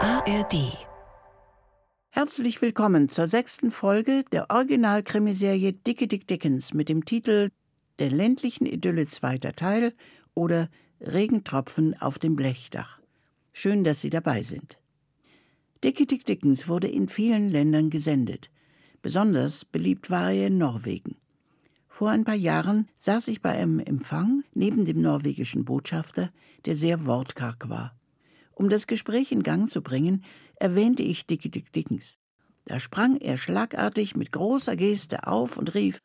ARD. Herzlich willkommen zur sechsten Folge der Original-Krimiserie Dicke Dick Dickens mit dem Titel Der ländlichen Idylle zweiter Teil oder Regentropfen auf dem Blechdach. Schön, dass Sie dabei sind. Dicke Dick Dickens wurde in vielen Ländern gesendet. Besonders beliebt war er in Norwegen. Vor ein paar Jahren saß ich bei einem Empfang neben dem norwegischen Botschafter, der sehr wortkarg war. Um das Gespräch in Gang zu bringen, erwähnte ich Dicke Dick Dickens. Da sprang er schlagartig mit großer Geste auf und rief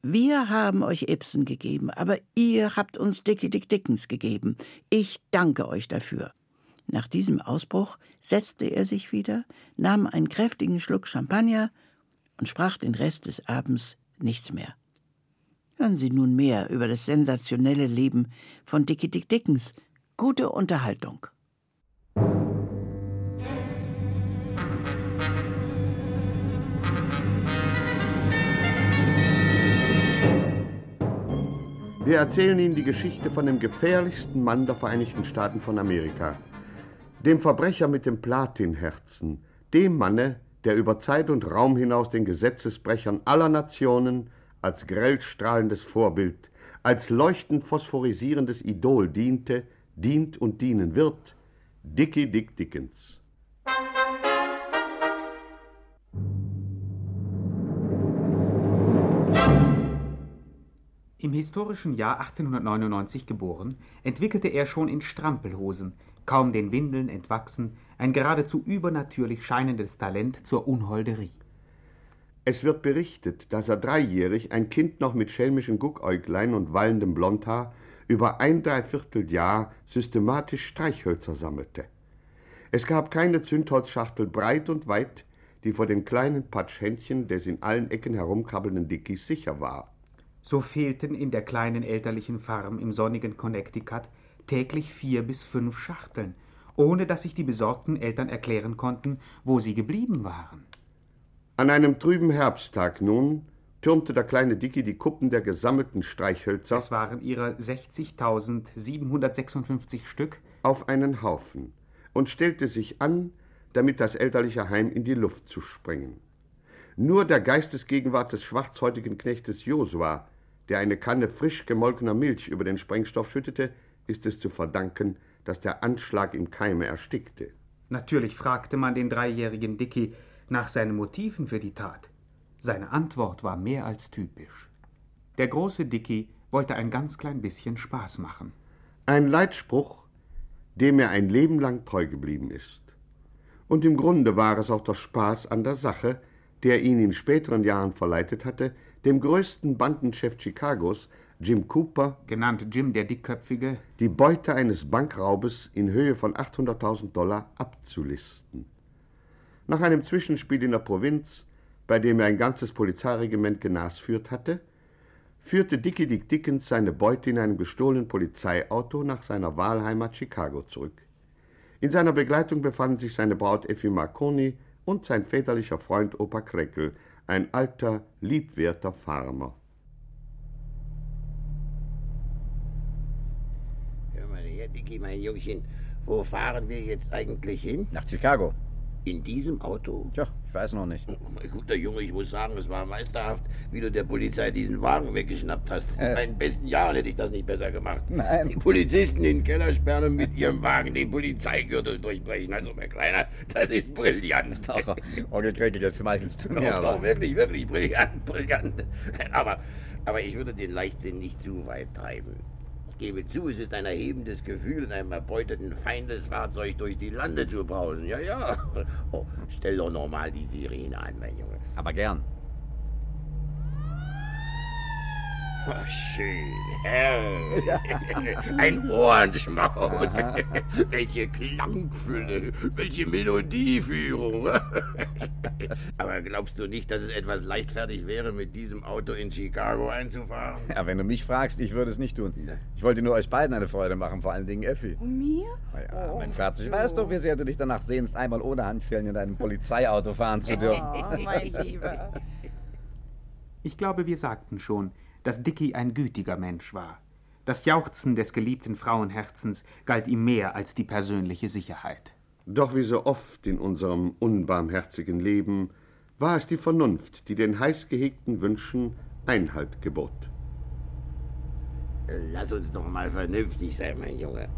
Wir haben euch Ibsen gegeben, aber ihr habt uns Dicke Dick Dickens gegeben. Ich danke euch dafür. Nach diesem Ausbruch setzte er sich wieder, nahm einen kräftigen Schluck Champagner und sprach den Rest des Abends nichts mehr. Hören Sie nun mehr über das sensationelle Leben von Dickie Dick Dickens. Gute Unterhaltung. Wir erzählen Ihnen die Geschichte von dem gefährlichsten Mann der Vereinigten Staaten von Amerika. Dem Verbrecher mit dem Platinherzen. Dem Manne, der über Zeit und Raum hinaus den Gesetzesbrechern aller Nationen als grell strahlendes Vorbild, als leuchtend phosphorisierendes Idol diente, dient und dienen wird, Dickie Dick Dickens. Im historischen Jahr 1899 geboren, entwickelte er schon in Strampelhosen, kaum den Windeln entwachsen, ein geradezu übernatürlich scheinendes Talent zur Unholderie. Es wird berichtet, dass er dreijährig ein Kind noch mit schelmischen Guckäuglein und wallendem Blondhaar über ein Dreivierteljahr systematisch Streichhölzer sammelte. Es gab keine Zündholzschachtel breit und weit, die vor dem kleinen Patschhändchen des in allen Ecken herumkrabbelnden Dickies sicher war. So fehlten in der kleinen elterlichen Farm im sonnigen Connecticut täglich vier bis fünf Schachteln, ohne dass sich die besorgten Eltern erklären konnten, wo sie geblieben waren. An einem trüben Herbsttag nun türmte der kleine Dicky die Kuppen der gesammelten Streichhölzer Es waren ihre 60.756 Stück, auf einen Haufen und stellte sich an, damit das elterliche Heim in die Luft zu springen. Nur der Geistesgegenwart des schwarzhäutigen Knechtes Josua, der eine Kanne frisch gemolkener Milch über den Sprengstoff schüttete, ist es zu verdanken, dass der Anschlag im Keime erstickte. Natürlich fragte man den dreijährigen Dicky nach seinen Motiven für die Tat. Seine Antwort war mehr als typisch. Der große Dicky wollte ein ganz klein bisschen Spaß machen. Ein Leitspruch, dem er ein Leben lang treu geblieben ist. Und im Grunde war es auch der Spaß an der Sache, der ihn in späteren Jahren verleitet hatte, dem größten Bandenchef Chicagos, Jim Cooper, Genannt Jim der Dickköpfige, die Beute eines Bankraubes in Höhe von 800.000 Dollar abzulisten. Nach einem Zwischenspiel in der Provinz, bei dem er ein ganzes Polizeiregiment genasführt hatte, führte Dickie Dick Dickens seine Beute in einem gestohlenen Polizeiauto nach seiner Wahlheimat Chicago zurück. In seiner Begleitung befanden sich seine Braut Effi Marconi und sein väterlicher Freund Opa Kreckel, ein alter, liebwerter Farmer. Hör mal her, Dicky, mein Jungchen. Wo fahren wir jetzt eigentlich hin? Nach Chicago. In diesem Auto? Mhm. Tja, ich weiß noch nicht. Mein guter Junge, ich muss sagen, es war meisterhaft, wie du der Polizei diesen Wagen weggeschnappt hast. In Äh. meinen besten Jahren hätte ich das nicht besser gemacht. Die Nein. Polizisten in den Keller sperren und mit ihrem Wagen den Polizeigürtel durchbrechen. Also, mein Kleiner, das ist brillant. Ach, oh, das könnte das meistens tun. Ja, Ja, doch, aber. wirklich, wirklich brillant, brillant. Aber, aber ich würde den Leichtsinn nicht zu weit treiben. Ich gebe zu, es ist ein erhebendes Gefühl, in einem erbeuteten Feindesfahrzeug durch die Lande zu brausen. Ja, ja. Oh, stell doch nochmal die Sirene an, mein Junge. Aber gern. Ach, schön, herrlich. Ein Ohrenschmaus. Welche Klangfülle, welche Melodieführung. Aber glaubst du nicht, dass es etwas leichtfertig wäre, mit diesem Auto in Chicago einzufahren? Ja, wenn du mich fragst, ich würde es nicht tun. Ich wollte nur euch beiden eine Freude machen, vor allen Dingen Effi. Mir? Na Mhm. Ja, mein Schatz, ich weiß doch, wie sehr du dich danach sehnst, einmal ohne Handschellen in einem Polizeiauto fahren zu dürfen. Oh, mein Lieber. Ich glaube, wir sagten schon, dass Dicky ein gütiger Mensch war. Das Jauchzen des geliebten Frauenherzens galt ihm mehr als die persönliche Sicherheit. Doch wie so oft in unserem unbarmherzigen Leben war es die Vernunft, die den heiß gehegten Wünschen Einhalt gebot. Lass uns doch mal vernünftig sein, mein Junge.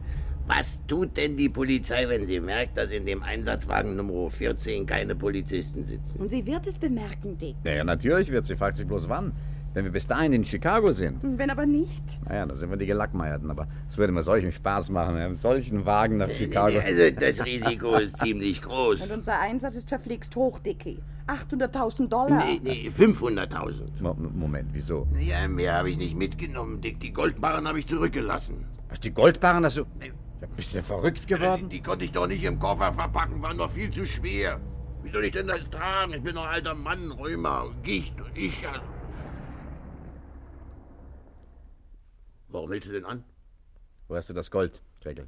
Was tut denn die Polizei, wenn sie merkt, dass in dem Einsatzwagen Nummer 14 keine Polizisten sitzen? Und sie wird es bemerken, Dick. Naja, natürlich wird sie. Fragt sich bloß wann. Wenn wir bis dahin in Chicago sind. Wenn aber nicht. Naja, da sind wir die Gelackmeierten. Aber es würde mir solchen Spaß machen. ja, Mit solchen Wagen nach Chicago. Also, das Risiko ist ziemlich groß. Und unser Einsatz ist verflixt hoch, Dicky. 800.000 Dollar. Nee, nee, 500.000. Mo- Moment, wieso? Ja, mehr habe ich nicht mitgenommen, Dick. Die Goldbarren habe ich zurückgelassen. Was, die Goldbarren hast du... Ja, bist du denn verrückt Die, geworden? die konnte ich doch nicht im Koffer verpacken, waren noch viel zu schwer. Wie soll ich denn das tragen? Ich bin doch alter Mann, Römer, Gicht, ich. Also. Warum hältst du denn an? Wo hast du das Gold, Trägel?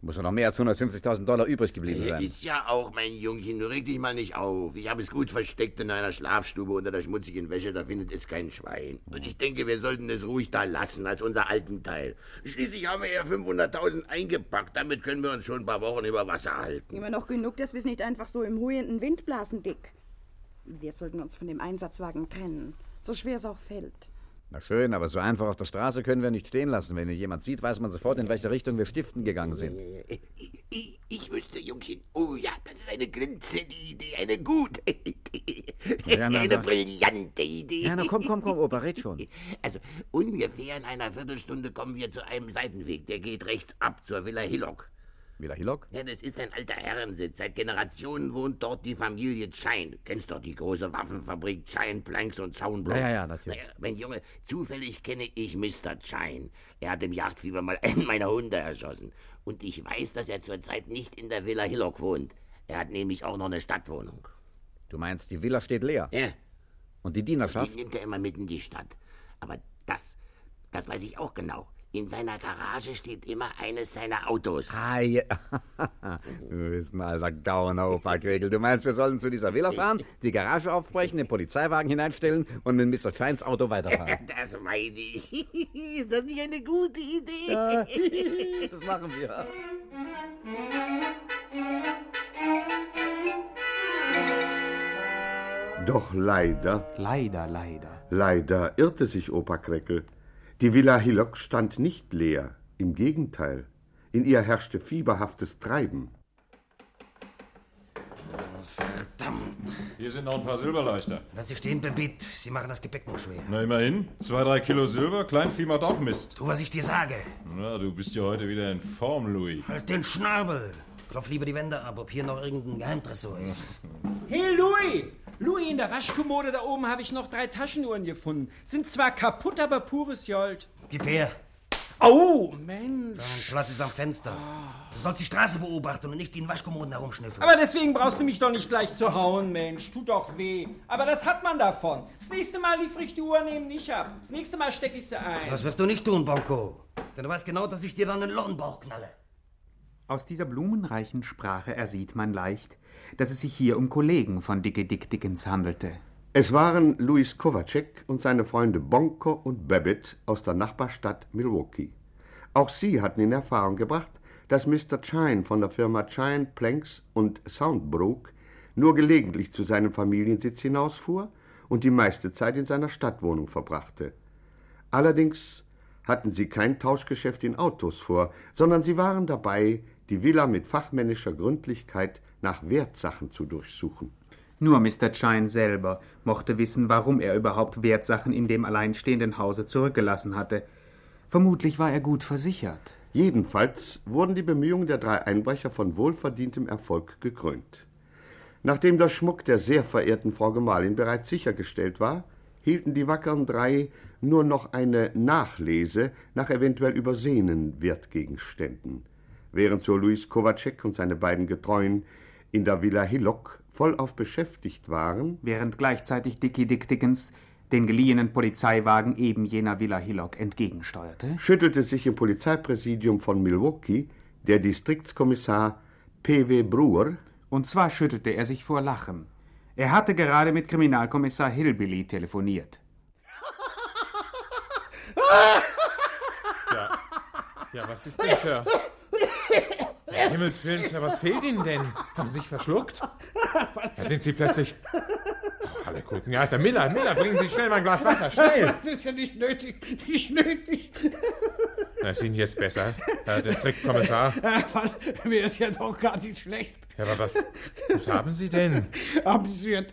Muss doch noch mehr als 150.000 Dollar übrig geblieben Ja, sein. Ist ja auch, mein Jungchen, du reg dich mal nicht auf. Ich habe es gut versteckt in einer Schlafstube unter der schmutzigen Wäsche, da findet es kein Schwein. Und ich denke, wir sollten es ruhig da lassen, als unser alten Teil. Schließlich haben wir ja 500.000 eingepackt, damit können wir uns schon ein paar Wochen über Wasser halten. Immer noch genug, dass wir es nicht einfach so im huhenden Wind blasen, Dick. Wir sollten uns von dem Einsatzwagen trennen, so schwer es auch fällt. Na schön, aber so einfach auf der Straße können wir nicht stehen lassen. Wenn ihn jemand sieht, weiß man sofort, in welche Richtung wir stiften gegangen sind. Ich, ich, ich wüsste, Jungchen, oh ja, das ist eine glänzende Idee, eine gute Idee, Ja, na, eine na. brillante Idee. Ja, na komm, komm, komm, Opa, red schon. Also ungefähr in einer Viertelstunde kommen wir zu einem Seitenweg, der geht rechts ab zur Villa Hillock. Wieder Hillock? Ja, das ist ein alter Herrensitz. Seit Generationen wohnt dort die Familie Schein. Du kennst doch die große Waffenfabrik Schein, Planks und Zaunblock. Ja, ja, ja, natürlich. Na mein Junge, zufällig kenne ich Mr. Schein. Er hat im Jagdfieber mal einen meiner Hunde erschossen. Und ich weiß, dass er zurzeit nicht in der Villa Hillock wohnt. Er hat nämlich auch noch eine Stadtwohnung. Du meinst, die Villa steht leer. Ja, Und die die Dienerschaft? nimmt er immer mit in die Stadt. Aber das, das weiß ich auch genau. In seiner Garage steht immer eines seiner Autos. Ah, ja. Du bist ein alter Gauner, Opa Kregel. Du meinst, wir sollen zu dieser Villa fahren, die Garage aufbrechen, den Polizeiwagen hineinstellen und mit Mr. Scheins Auto weiterfahren? Das meine ich. Ist das nicht eine gute Idee? Das machen wir. Doch leider, Leider, leider. leider irrte sich Opa Kreckel. Die Villa Hillock stand nicht leer, im Gegenteil. In ihr herrschte fieberhaftes Treiben. Verdammt. Hier sind noch ein paar Silberleuchter. Lass sie stehen, Bebit. Sie machen das Gepäck nur schwer. Na, immerhin. Zwei, drei Kilo Silber. Kleinvieh macht auch Mist. Tu, was ich dir sage. Na, du bist ja heute wieder in Form, Louis. Halt den Schnabel. Klopf lieber die Wände ab, ob hier noch irgendein Geheimtresor ist. Hey Louis! Louis, in der Waschkommode da oben habe ich noch drei Taschenuhren gefunden. Sind zwar kaputt, aber pures Jold. Gib her. Au, Mensch. Dein Platz ist am Fenster. Du sollst die Straße beobachten und nicht die in Waschkommoden herumschnüffeln. Aber deswegen brauchst du mich doch nicht gleich zu hauen, Mensch. Tut doch weh. Aber das hat man davon. Das nächste Mal liefere ich die Uhr neben nicht ab. Das nächste Mal stecke ich sie ein. Das wirst du nicht tun, Bonko. Denn du weißt genau, dass ich dir dann einen Lottenbauch knalle. Aus dieser blumenreichen Sprache ersieht man leicht, dass es sich hier um Kollegen von Dicke Dick Dickens handelte. Es waren Louis Kowacek und seine Freunde Bonko und Babbitt aus der Nachbarstadt Milwaukee. Auch sie hatten in Erfahrung gebracht, dass Mr. Chine von der Firma Chine, Planks und Soundbrook nur gelegentlich zu seinem Familiensitz hinausfuhr und die meiste Zeit in seiner Stadtwohnung verbrachte. Allerdings hatten sie kein Tauschgeschäft in Autos vor, sondern sie waren dabei, die Villa mit fachmännischer Gründlichkeit nach Wertsachen zu durchsuchen. Nur Mr. Chine selber mochte wissen, warum er überhaupt Wertsachen in dem alleinstehenden Hause zurückgelassen hatte. Vermutlich war er gut versichert. Jedenfalls wurden die Bemühungen der drei Einbrecher von wohlverdientem Erfolg gekrönt. Nachdem der Schmuck der sehr verehrten Frau Gemahlin bereits sichergestellt war, hielten die wackeren drei nur noch eine Nachlese nach eventuell übersehenen Wertgegenständen, während so Luis Kowacek und seine beiden Getreuen in der Villa Hillock vollauf beschäftigt waren, Während gleichzeitig Dicky Dick Dickens den geliehenen Polizeiwagen eben jener Villa Hillock entgegensteuerte. schüttelte sich im Polizeipräsidium von Milwaukee der Distriktskommissar P.W. Brewer Und zwar schüttelte er sich vor Lachen. Er hatte gerade mit Kriminalkommissar Hillbilly telefoniert. Ja, was ist das, Herr? Himmels Willen, Sir, was fehlt Ihnen denn? Haben Sie sich verschluckt? Da sind Sie plötzlich... Oh, alle guten Geister. Miller, Miller, bringen Sie schnell mal ein Glas Wasser, schnell! Das ist ja nicht nötig, nicht nötig. Na, ist Ihnen jetzt besser, Herr Distriktkommissar? Ach, Äh, was? Mir ist ja doch gar nicht schlecht. Ja, aber was, was haben Sie denn? Amüsiert,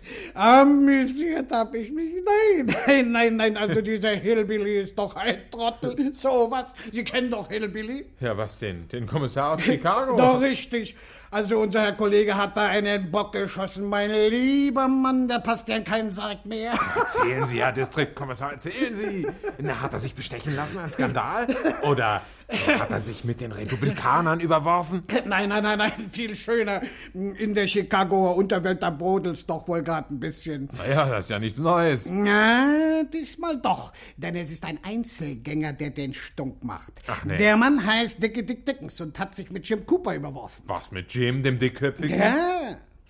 amüsiert habe ich mich. Nein, nein, nein, nein, also dieser Hillbilly ist doch ein Trottel. So was, Sie kennen doch Hillbilly? Ja, was denn? Den Kommissar aus Chicago? Doch, richtig. Also unser Herr Kollege hat da einen Bock geschossen. Mein lieber Mann, da passt ja kein Sarg mehr. Erzählen Sie, Herr Distriktkommissar, erzählen Sie. Na, hat er sich bestechen lassen, ein Skandal? Oder hat er sich mit den Republikanern überworfen? Nein, nein, nein, nein, viel schöner. In der Chicagoer Unterwelt, da brodelt's doch wohl gerade ein bisschen. Naja, das ist ja nichts Neues. Na, diesmal doch, denn es ist ein Einzelgänger, der den Stunk macht. Ach, nee. Der Mann heißt Dickie Dick Dickens und hat sich mit Jim Cooper überworfen. Was mit Jim, dem Dickköpfigen? Ja,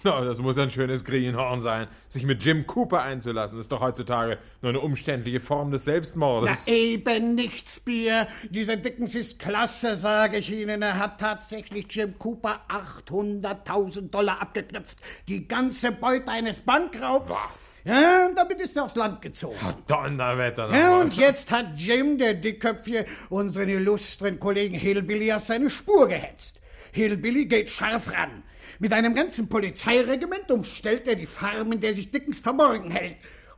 Na, das muss ein schönes Greenhorn sein. Sich mit Jim Cooper einzulassen, ist doch heutzutage nur eine umständliche Form des na Selbstmordes. eben nichts, Bier. Dieser Dickens ist klasse, sage ich Ihnen. Er hat tatsächlich Jim Cooper 800.000 Dollar abgeknöpft. Die ganze Beute eines Bankraubs. Was? Ja, und damit ist er aufs Land gezogen. Donnerwetter. noch Ja, mal. und jetzt hat Jim, der Dickköpfige, unseren illustren Kollegen Hillbilly auf seine Spur gehetzt. Hillbilly geht scharf ran. Mit einem ganzen Polizeiregiment umstellt er die Farm, in der sich Dickens verborgen hält.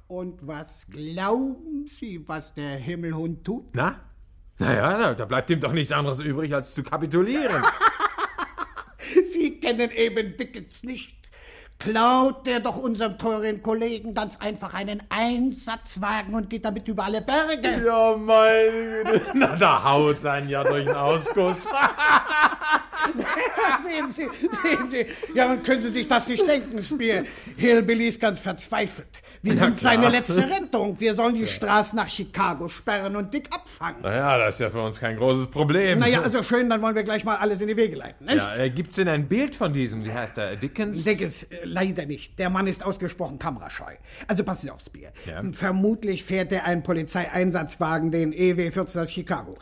Und was glauben Sie, was der Himmelhund tut? Na? Naja, da, da bleibt ihm doch nichts anderes übrig, als zu kapitulieren. Sie kennen eben Dickens nicht. Klaut der doch unserem teuren Kollegen ganz einfach einen Einsatzwagen und geht damit über alle Berge. ja, meine Güte. Na, da haut sein ja durch den Ausguss. sehen Sie, sehen Sie. Ja, und können Sie sich das nicht denken, Spear? Hillbilly ist ganz verzweifelt. Wir sind klar. seine letzte Rettung. Wir sollen die Straßen nach Chicago sperren und dick abfangen. Naja, das ist ja für uns kein großes Problem. Naja, also schön, dann wollen wir gleich mal alles in die Wege leiten, nicht? Ja, äh, gibt's denn ein Bild von diesem? Wie heißt er? Dickens? Dickens, äh, leider nicht. Der Mann ist ausgesprochen kamerascheu. Also passen Sie aufs Bier. Ja. Vermutlich fährt er einen Polizeieinsatzwagen, den EW 14 aus Chicago.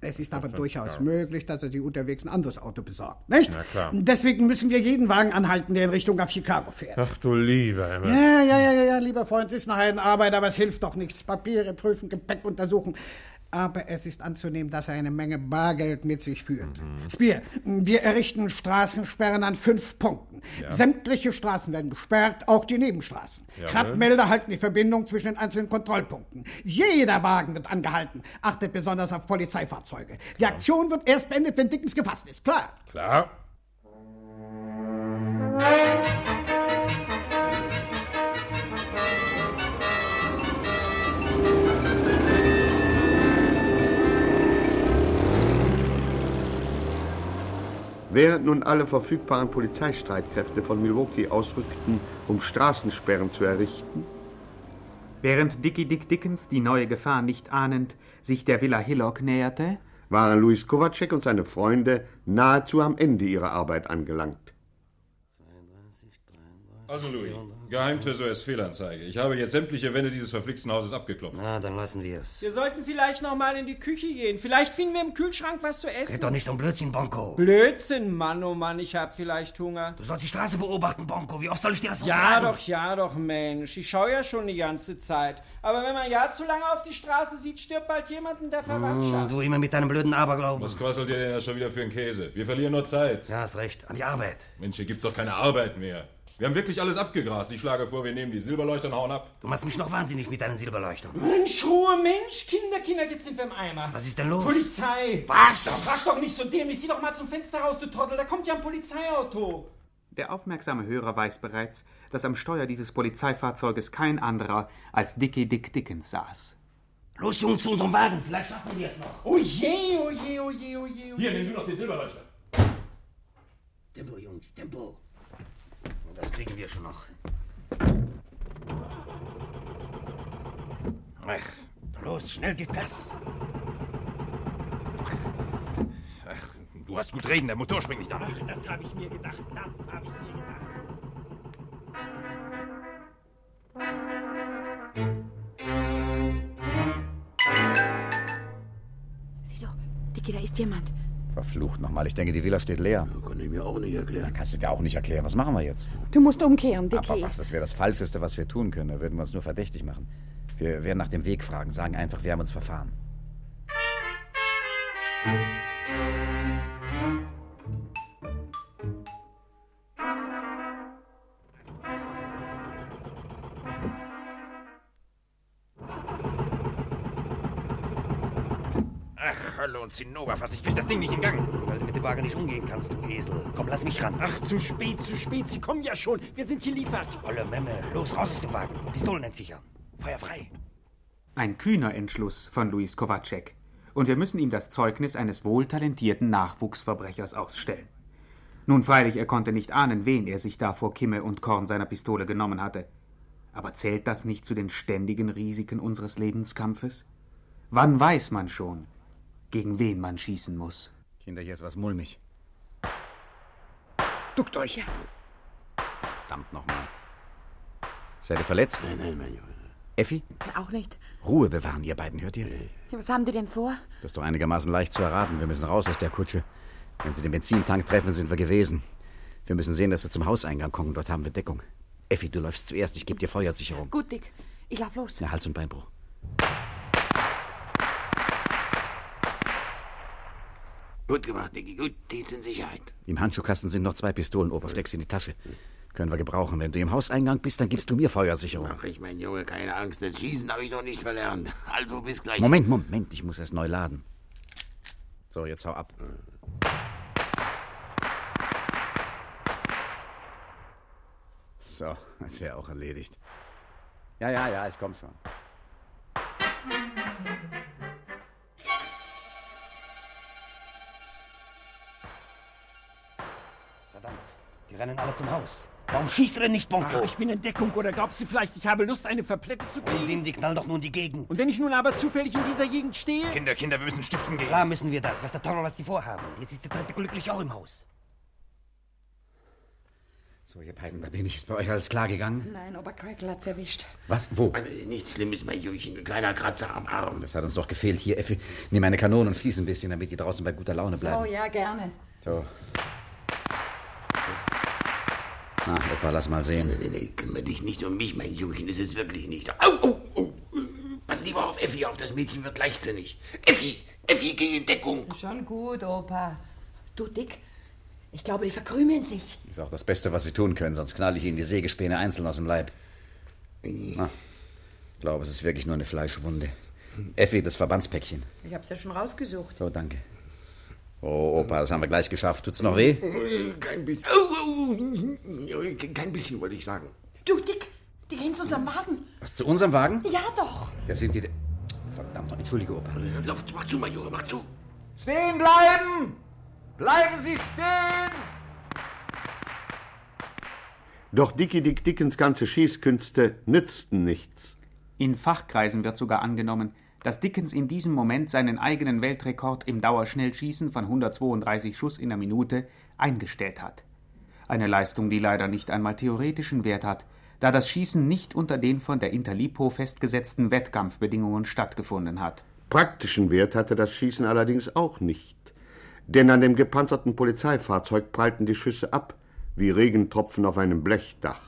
Es ist aber durchaus möglich, dass er sich unterwegs ein anderes Auto besorgt, nicht? Na klar. Deswegen müssen wir jeden Wagen anhalten, der in Richtung auf Chicago fährt. Ach du lieber Himmel. Ja, ja, ja, ja, ja, lieber Freund, es ist eine Heidenarbeit, aber es hilft doch nichts. Papiere prüfen, Gepäck untersuchen. Aber es ist anzunehmen, dass er eine Menge Bargeld mit sich führt. Speer, wir errichten Straßensperren an fünf Punkten. Sämtliche Straßen werden gesperrt, auch die Nebenstraßen. Jawohl. Krabbmelder halten die Verbindung zwischen den einzelnen Kontrollpunkten. Jeder Wagen wird angehalten. Achtet besonders auf Polizeifahrzeuge. Die Aktion wird erst beendet, wenn Dickens gefasst ist, klar. Klar. Während nun alle verfügbaren Polizeistreitkräfte von Milwaukee ausrückten, um Straßensperren zu errichten, Während Dickie Dick Dickens, die neue Gefahr nicht ahnend, sich der Villa Hillock näherte, waren Louis Kowalczyk und seine Freunde nahezu am Ende ihrer Arbeit angelangt. Also, Louis, Geheimtresor ist Fehlanzeige. Ich habe jetzt sämtliche Wände dieses verflixten Hauses abgeklopft. Na, dann lassen wir's. Wir sollten vielleicht noch mal in die Küche gehen. Vielleicht finden wir im Kühlschrank was zu Red essen. doch nicht so ein Blödsinn, Bonko. Blödsinn, Mann, oh Mann, ich hab vielleicht Hunger. Du sollst die Straße beobachten, Bonko. Wie oft soll ich dir das noch Ja sagen? doch, ja doch, Mensch. Ich schau ja schon die ganze Zeit. Aber wenn man ja zu lange auf die Straße sieht, stirbt bald jemand in der Hm, Verwandtschaft. Du immer mit deinem blöden Aberglauben. Was quasselt ihr denn da schon wieder für einen Käse? Wir verlieren nur Zeit. Ja, hast recht. An die Arbeit. Mensch, hier gibt's doch keine Arbeit mehr. Wir haben wirklich alles abgegrast. Ich schlage vor, wir nehmen die Silberleuchter und hauen ab. Du machst mich noch wahnsinnig mit deinen Silberleuchtern. Mensch, Ruhe, Mensch, Kinder, Kinder, jetzt sind wir im Eimer. Was ist denn los? Polizei! Was? Da frag doch nicht so dämlich, sieh doch mal zum Fenster raus, du Trottel, da kommt ja ein Polizeiauto. Der aufmerksame Hörer weiß bereits, dass am Steuer dieses Polizeifahrzeuges kein anderer als Dickie Dick Dickens saß. Los, Jungs, zu unserem Wagen. Vielleicht schaffen wir es noch. Oh je, oh je, oh je, oh je. Oh je. Hier, nehmen wir noch den Silberleuchter. Tempo, Jungs, Tempo. Das kriegen wir schon noch. Ach, los, schnell, gib Gas. Du hast gut reden, der Motor springt nicht an. Das habe ich mir gedacht, das habe ich mir gedacht. Sieh doch, Dicky, da ist jemand. Verflucht nochmal, ich denke, die Villa steht leer. Kann ich mir auch nicht erklären. Dann kannst du dir auch nicht erklären. Was machen wir jetzt? Du musst umkehren, Aber Dicky. was, das wäre das Falscheste, was wir tun können. Da würden wir uns nur verdächtig machen. Wir werden nach dem Weg fragen, sagen einfach, wir haben uns verfahren. Ach, Hölle und Zinnober, fass ich krieg das Ding nicht in Gang. Weil du mit dem Wagen nicht umgehen kannst, du Esel. Komm, lass mich ran. Ach, zu spät, zu spät. Sie kommen ja schon. Wir sind geliefert. Olle Memme, los, raus aus dem Wagen. Pistolen nennt sich an. Feuer frei. Ein kühner Entschluss von Luis Kowatschek. Und wir müssen ihm das Zeugnis eines wohltalentierten Nachwuchsverbrechers ausstellen. Nun freilich, er konnte nicht ahnen, wen er sich da vor Kimme und Korn seiner Pistole genommen hatte. Aber zählt das nicht zu den ständigen Risiken unseres Lebenskampfes? Wann weiß man schon, gegen wen man schießen muss? Kinder, hier ist was mulmig. Duckt euch. Verdammt nochmal. Seid ihr verletzt? Nein, nein, mein Junge. Effi, Auch nicht. Ruhe bewahren, ihr beiden, hört ihr? Ja, Was haben die denn vor? Das ist doch einigermaßen leicht zu erraten. Wir müssen raus aus der Kutsche. Wenn sie den Benzintank treffen, sind wir gewesen. Wir müssen sehen, dass sie zum Hauseingang kommen. Dort haben wir Deckung. Effi, du läufst zuerst. Ich gebe dir Feuersicherung. Gut, Dick. Ich lauf los. Na, Hals- und Beinbruch. Gut gemacht, Dicky. Gut, die ist in Sicherheit. Im Handschuhkasten sind noch zwei Pistolen, Opa. Steck sie in die Tasche. Können wir gebrauchen. Wenn du im Hauseingang bist, dann gibst du mir Feuersicherung. Ach, ich, mein Junge, keine Angst. Das Schießen habe ich noch nicht verlernt. Also bis gleich. Moment, Moment. Ich muss erst neu laden. So, jetzt hau ab. So, das wäre auch erledigt. Ja, ja, ja, ich komm schon. Verdammt, die rennen alle zum Haus. Warum schießt ihr denn nicht, Bonko? Ach, ich bin in Deckung oder glaubst du vielleicht, ich habe Lust, eine Verplette zu kriegen? Unsinn, die knallen doch nun die Gegend. Und wenn ich nun aber zufällig in dieser Gegend stehe? Kinder, Kinder, wir müssen stiften gehen. Klar müssen wir das. Was der Teufel, was die vorhaben. Jetzt ist der dritte glücklich auch im Haus. So, ihr beiden, da bin ich. Ist bei euch alles klar gegangen? Nein, Obercrackle hat's erwischt. Was? Wo? Nichts Schlimmes, mein Jungchen. Ein kleiner Kratzer am Arm. Das hat uns doch gefehlt. Hier, Effi, nimm eine Kanone und schieß ein bisschen, damit die draußen bei guter Laune bleiben. Oh ja, gerne. So. Na, Opa, lass mal sehen. Nee, nee, kümmere dich nicht um mich, mein Jungchen. Es ist wirklich nichts. Au, au, au. Pass lieber auf Effi auf, das Mädchen wird leichtsinnig. Effi, Effi, geh in Deckung. Schon gut, Opa. Du, Dick, ich glaube, die verkrümeln sich. Ist auch das Beste, was sie tun können, sonst knall ich ihnen die Sägespäne einzeln aus dem Leib. Na, ich glaube, es ist wirklich nur eine Fleischwunde. Effi, das Verbandspäckchen. Ich hab's ja schon rausgesucht. So, danke. Oh, Opa, das haben wir gleich geschafft. Tut's noch weh? Kein bisschen. Au, au. Kein bisschen, wollte ich sagen. Du, Dick, die gehen zu unserem Wagen. Was, zu unserem Wagen? Ja, doch. Ja, sind die... Verdammt, entschuldige, Opa. Lauf, mach zu, mein Junge, mach zu. Stehen bleiben! Bleiben Sie stehen! Doch Dicky Dick Dickens ganze Schießkünste nützten nichts. In Fachkreisen wird sogar angenommen, dass Dickens in diesem Moment seinen eigenen Weltrekord im Dauerschnellschießen von 132 Schuss in der Minute eingestellt hat. Eine Leistung, die leider nicht einmal theoretischen Wert hat, da das Schießen nicht unter den von der Interlipo festgesetzten Wettkampfbedingungen stattgefunden hat. Praktischen Wert hatte das Schießen allerdings auch nicht. Denn an dem gepanzerten Polizeifahrzeug prallten die Schüsse ab, wie Regentropfen auf einem Blechdach.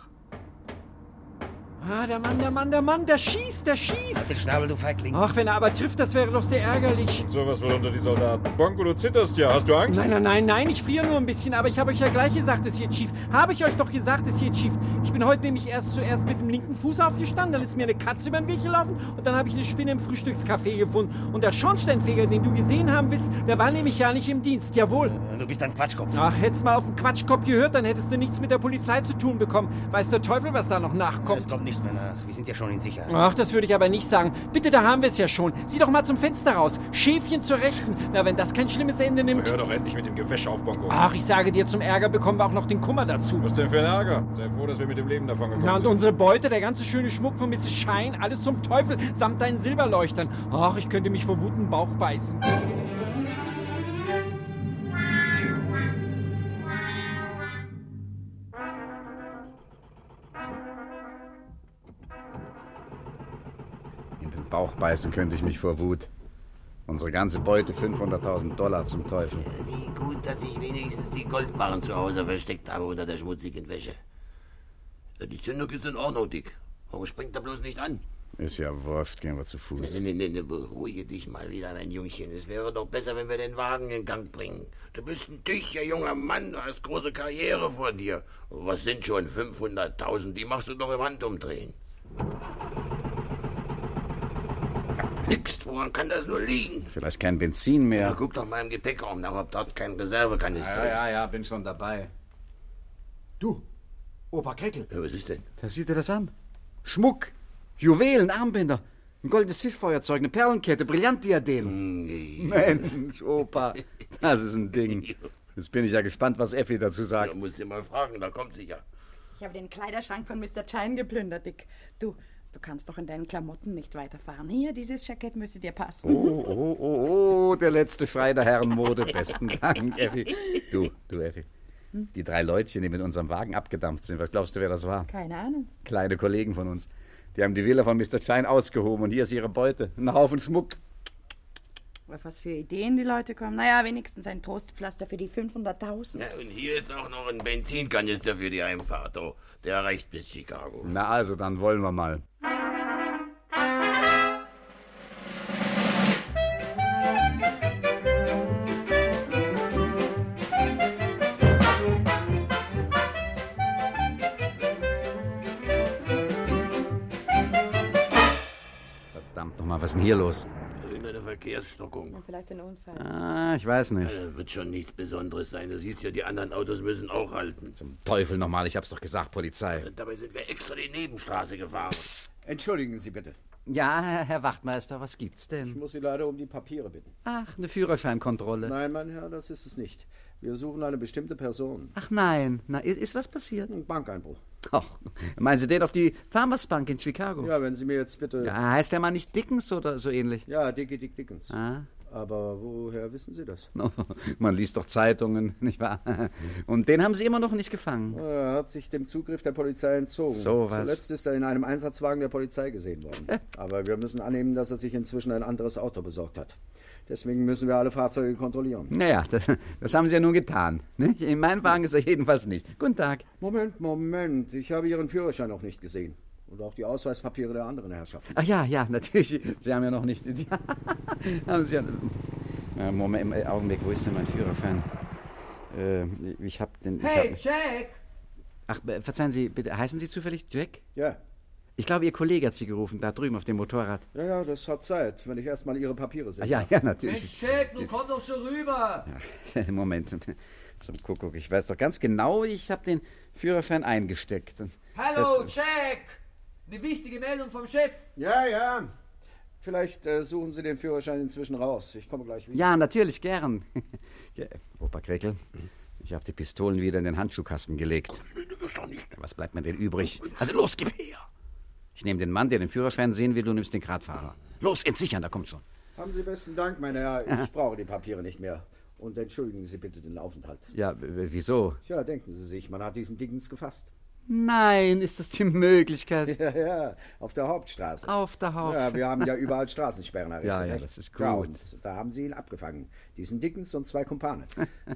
Ah, der Mann, der Mann, der Mann, der schießt, der schießt. Halt den Schnabel, du Feigling. Ach, wenn er aber trifft, das wäre doch sehr ärgerlich. So was wohl unter die Soldaten. Bonko, du zitterst ja. Hast du Angst? Nein, nein, nein, nein, ich friere nur ein bisschen, aber ich habe euch ja gleich gesagt, es geht schief. Habe ich euch doch gesagt, es geht schief. Ich bin heute nämlich erst zuerst mit dem linken Fuß aufgestanden, dann ist mir eine Katze über den Weg gelaufen und dann habe ich eine Spinne im Frühstückscafé gefunden. Und der Schornsteinfeger, den du gesehen haben willst, der war nämlich ja nicht im Dienst, jawohl. Äh, Du bist ein Quatschkopf. Ach, hättest mal auf den Quatschkopf gehört, dann hättest du nichts mit der Polizei zu tun bekommen. Weiß der Teufel, was da noch nachkommt. Es kommt nichts mehr nach. Wir sind ja schon in Sicherheit. Ach, das würde ich aber nicht sagen. Bitte, da haben wir es ja schon. Sieh doch mal zum Fenster raus. Schäfchen zur Rechten. Na, wenn das kein schlimmes Ende nimmt. Hör doch endlich mit dem Gewäsch auf, Bonko. Ach, ich sage dir, zum Ärger bekommen wir auch noch den Kummer dazu. Was denn für ein Ärger? Sei froh, dass wir mit dem Leben davon gekommen Na, und sind. unsere Beute, der ganze schöne Schmuck von Mrs. Schein, alles zum Teufel, samt deinen Silberleuchtern. Ach, ich könnte mich vor Wut den Bauch beißen. In den Bauch beißen könnte ich mich vor Wut. Unsere ganze Beute 500.000 Dollar zum Teufel. Gut, dass ich wenigstens die Goldbarren zu Hause versteckt habe unter der schmutzigen Wäsche. Die Zündung ist in Ordnung, Dick. Warum springt er bloß nicht an? Ist ja wurscht, gehen wir zu Fuß. Nee, nee, nee, beruhige dich mal wieder, mein Jungchen. Es wäre doch besser, wenn wir den Wagen in Gang bringen. Du bist ein tüchtiger junger Mann, du hast große Karriere vor dir. Oh, Was sind schon 500.000? Die machst du doch im Handumdrehen. Verflixt, woran kann das nur liegen? Vielleicht kein Benzin Ja. mehr. guck doch mal im Gepäckraum nach, ob dort kein Reservekanister Ja, ja, ist. ja, bin schon dabei. Opa Kreckel. Ja, was ist denn? Da sieht ihr das an. Schmuck, Juwelen, Armbänder, ein goldenes Zischfeuerzeug, eine Perlenkette, Brillantdiadem. Mensch, Opa, das ist ein Ding. Jetzt bin ich ja gespannt, was Effi dazu sagt. Du musst ihn mal fragen, da kommt sicher. Ich habe den Kleiderschrank von Mr. Chine geplündert, Dick. Du, du kannst doch in deinen Klamotten nicht weiterfahren. Hier, dieses Jackett müsste dir Oh, passen. oh, oh, oh, der letzte Schrei der Herrenmode. Besten Dank, Effi. Du, du, Effi. Hm? Die drei Leutchen, die mit unserem Wagen abgedampft sind, was glaubst du, wer das war? Keine Ahnung. Kleine Kollegen von uns. Die haben die Villa von Mr. Shine ausgehoben und hier ist ihre Beute. Ein Haufen Schmuck. Auf was für Ideen die Leute kommen. Naja, wenigstens ein Trostpflaster für die 500.000. Ja, und hier ist auch noch ein Benzinkanister für die Heimfahrt. Oh, der reicht bis Chicago. Na also, dann wollen wir mal. Verdammt nochmal, was ist denn hier los? Irgendeine Verkehrsstockung. Vielleicht ein Unfall. Ah, ich weiß nicht. Äh, wird schon nichts Besonderes sein. Du siehst ja, die anderen Autos müssen auch halten. Zum Teufel nochmal, ich hab's doch gesagt, Polizei. Dabei sind wir extra die Nebenstraße gefahren. Entschuldigen Sie bitte. Ja, Herr Wachtmeister, was gibt's Ich denn? muss Sie leider um die Papiere bitten. Ach, eine Führerscheinkontrolle. Nein, mein Herr, das ist es nicht. Wir suchen eine bestimmte Person. Ach nein, na, i- ist was passiert? Ein Bankeinbruch. Ach, meinen Sie den auf die Farmers Bank in Chicago? Ja, wenn Sie mir jetzt bitte. Ja, heißt der mal nicht Dickens oder so ähnlich? Ja, Dickie Dick Dickens. Ah. Aber woher wissen Sie das? No, man liest doch Zeitungen, nicht wahr? Und den haben Sie immer noch nicht gefangen. Er hat sich dem Zugriff der Polizei entzogen. So was. Äh. Zuletzt ist er in einem Einsatzwagen der Polizei gesehen worden. Aber wir müssen annehmen, dass er sich inzwischen ein anderes Auto besorgt hat. Deswegen müssen wir alle Fahrzeuge kontrollieren. Naja, das, das haben Sie ja nun getan. Nicht? In meinem Wagen ist er jedenfalls nicht. Guten Tag. Moment, Moment. Ich habe Ihren Führerschein noch nicht gesehen. Und auch die Ausweispapiere der anderen Herrschaften. Ach ja, ja, natürlich. Sie haben ja noch nicht. Sie haben Sie ja, Äh, Moment, im Augenblick, wo ist denn mein Führerschein? Äh, ich hab den. Ich hab, Jack! Ach, äh, verzeihen Sie, bitte, heißen Sie zufällig Jack? Ja. Ich glaube, Ihr Kollege hat Sie gerufen, da drüben auf dem Motorrad. Ja, ja, das hat Zeit, wenn ich erstmal Ihre Papiere sehe. Ah, ja, ja, natürlich. Mensch, Jack, du komm doch schon rüber. Moment, zum Kuckuck. Ich weiß doch ganz genau, ich habe den Führerschein eingesteckt. Und Hallo, jetzt- Jack! Eine wichtige Meldung vom Chef. Ja, ja. Vielleicht äh, suchen Sie den Führerschein inzwischen raus. Ich komme gleich wieder. äh, Ja, natürlich, gern. Ja, Opa Krekel, ich habe die Pistolen wieder in den Handschuhkasten gelegt. Was bleibt mir denn übrig? Also los, gib her! Ich nehme den Mann, der den Führerschein sehen will, du nimmst den Gradfahrer. Los, entsichern, da kommt schon. Haben Sie besten Dank, mein Herr. Ich brauche die Papiere nicht mehr. Und entschuldigen Sie bitte den Aufenthalt. Ja, w- wieso? Tja, denken Sie sich, man hat diesen Dickens gefasst. Nein, ist das die Möglichkeit? Ja, ja, auf der Hauptstraße. Auf der Hauptstraße. Ja, wir haben ja überall Straßensperren errichtet. Ja, ja, nicht? das ist Ja, gut. und da haben Sie ihn abgefangen. Diesen Dickens und zwei Kumpane.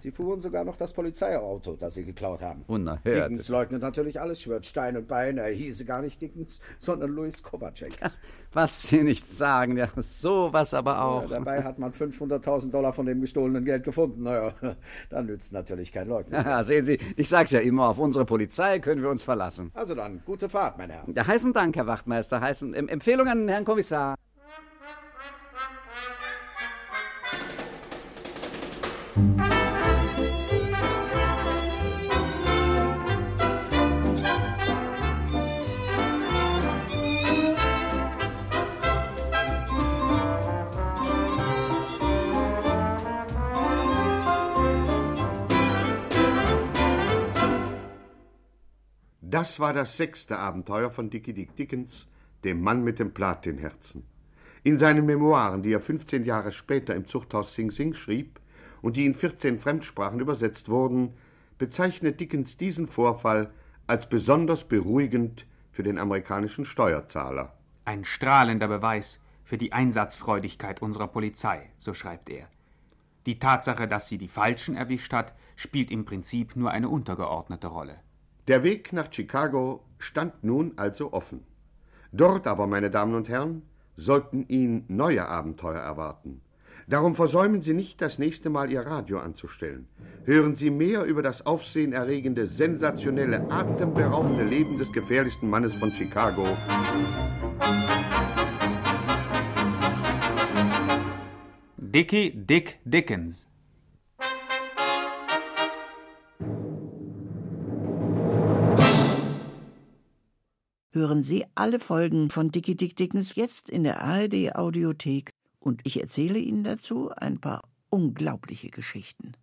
Sie fuhren sogar noch das Polizeiauto, das Sie geklaut haben. Unerhört. Dickens leugnet natürlich alles, schwört Stein und Bein. Er hieße gar nicht Dickens, sondern Louis Kovacek. Was Sie nicht sagen, ja, sowas aber Ja, auch. dabei hat man 500.000 Dollar von dem gestohlenen Geld gefunden. Naja, dann nützt natürlich kein Leugnen. Also Ja, Ah, sehen Sie, ich sag's ja immer, auf unsere Polizei können wir uns verlassen. Also dann, gute Fahrt, mein Herr. Ja, heißen Dank, Herr Wachtmeister, heißen em Empfehlung an den Herrn Kommissar. Das war das sechste Abenteuer von Dickie Dick Dickens, dem Mann mit dem Platinherzen. In seinen Memoiren, die er 15 Jahre später im Zuchthaus Sing Sing schrieb und die in 14 Fremdsprachen übersetzt wurden, bezeichnet Dickens diesen Vorfall als besonders beruhigend für den amerikanischen Steuerzahler. Ein strahlender Beweis für die Einsatzfreudigkeit unserer Polizei, so schreibt er. Die Tatsache, dass sie die Falschen erwischt hat, spielt im Prinzip nur eine untergeordnete Rolle. Der Weg nach Chicago stand nun also offen. Dort aber, meine Damen und Herren, sollten ihn neue Abenteuer erwarten. Darum versäumen Sie nicht, das nächste Mal Ihr Radio anzustellen. Hören Sie mehr über das aufsehenerregende, sensationelle, atemberaubende Leben des gefährlichsten Mannes von Chicago. Dickie Dick Dickens. Hören Sie alle Folgen von Dicky Dick Dickens jetzt in der ARD Audiothek und ich erzähle Ihnen dazu ein paar unglaubliche Geschichten.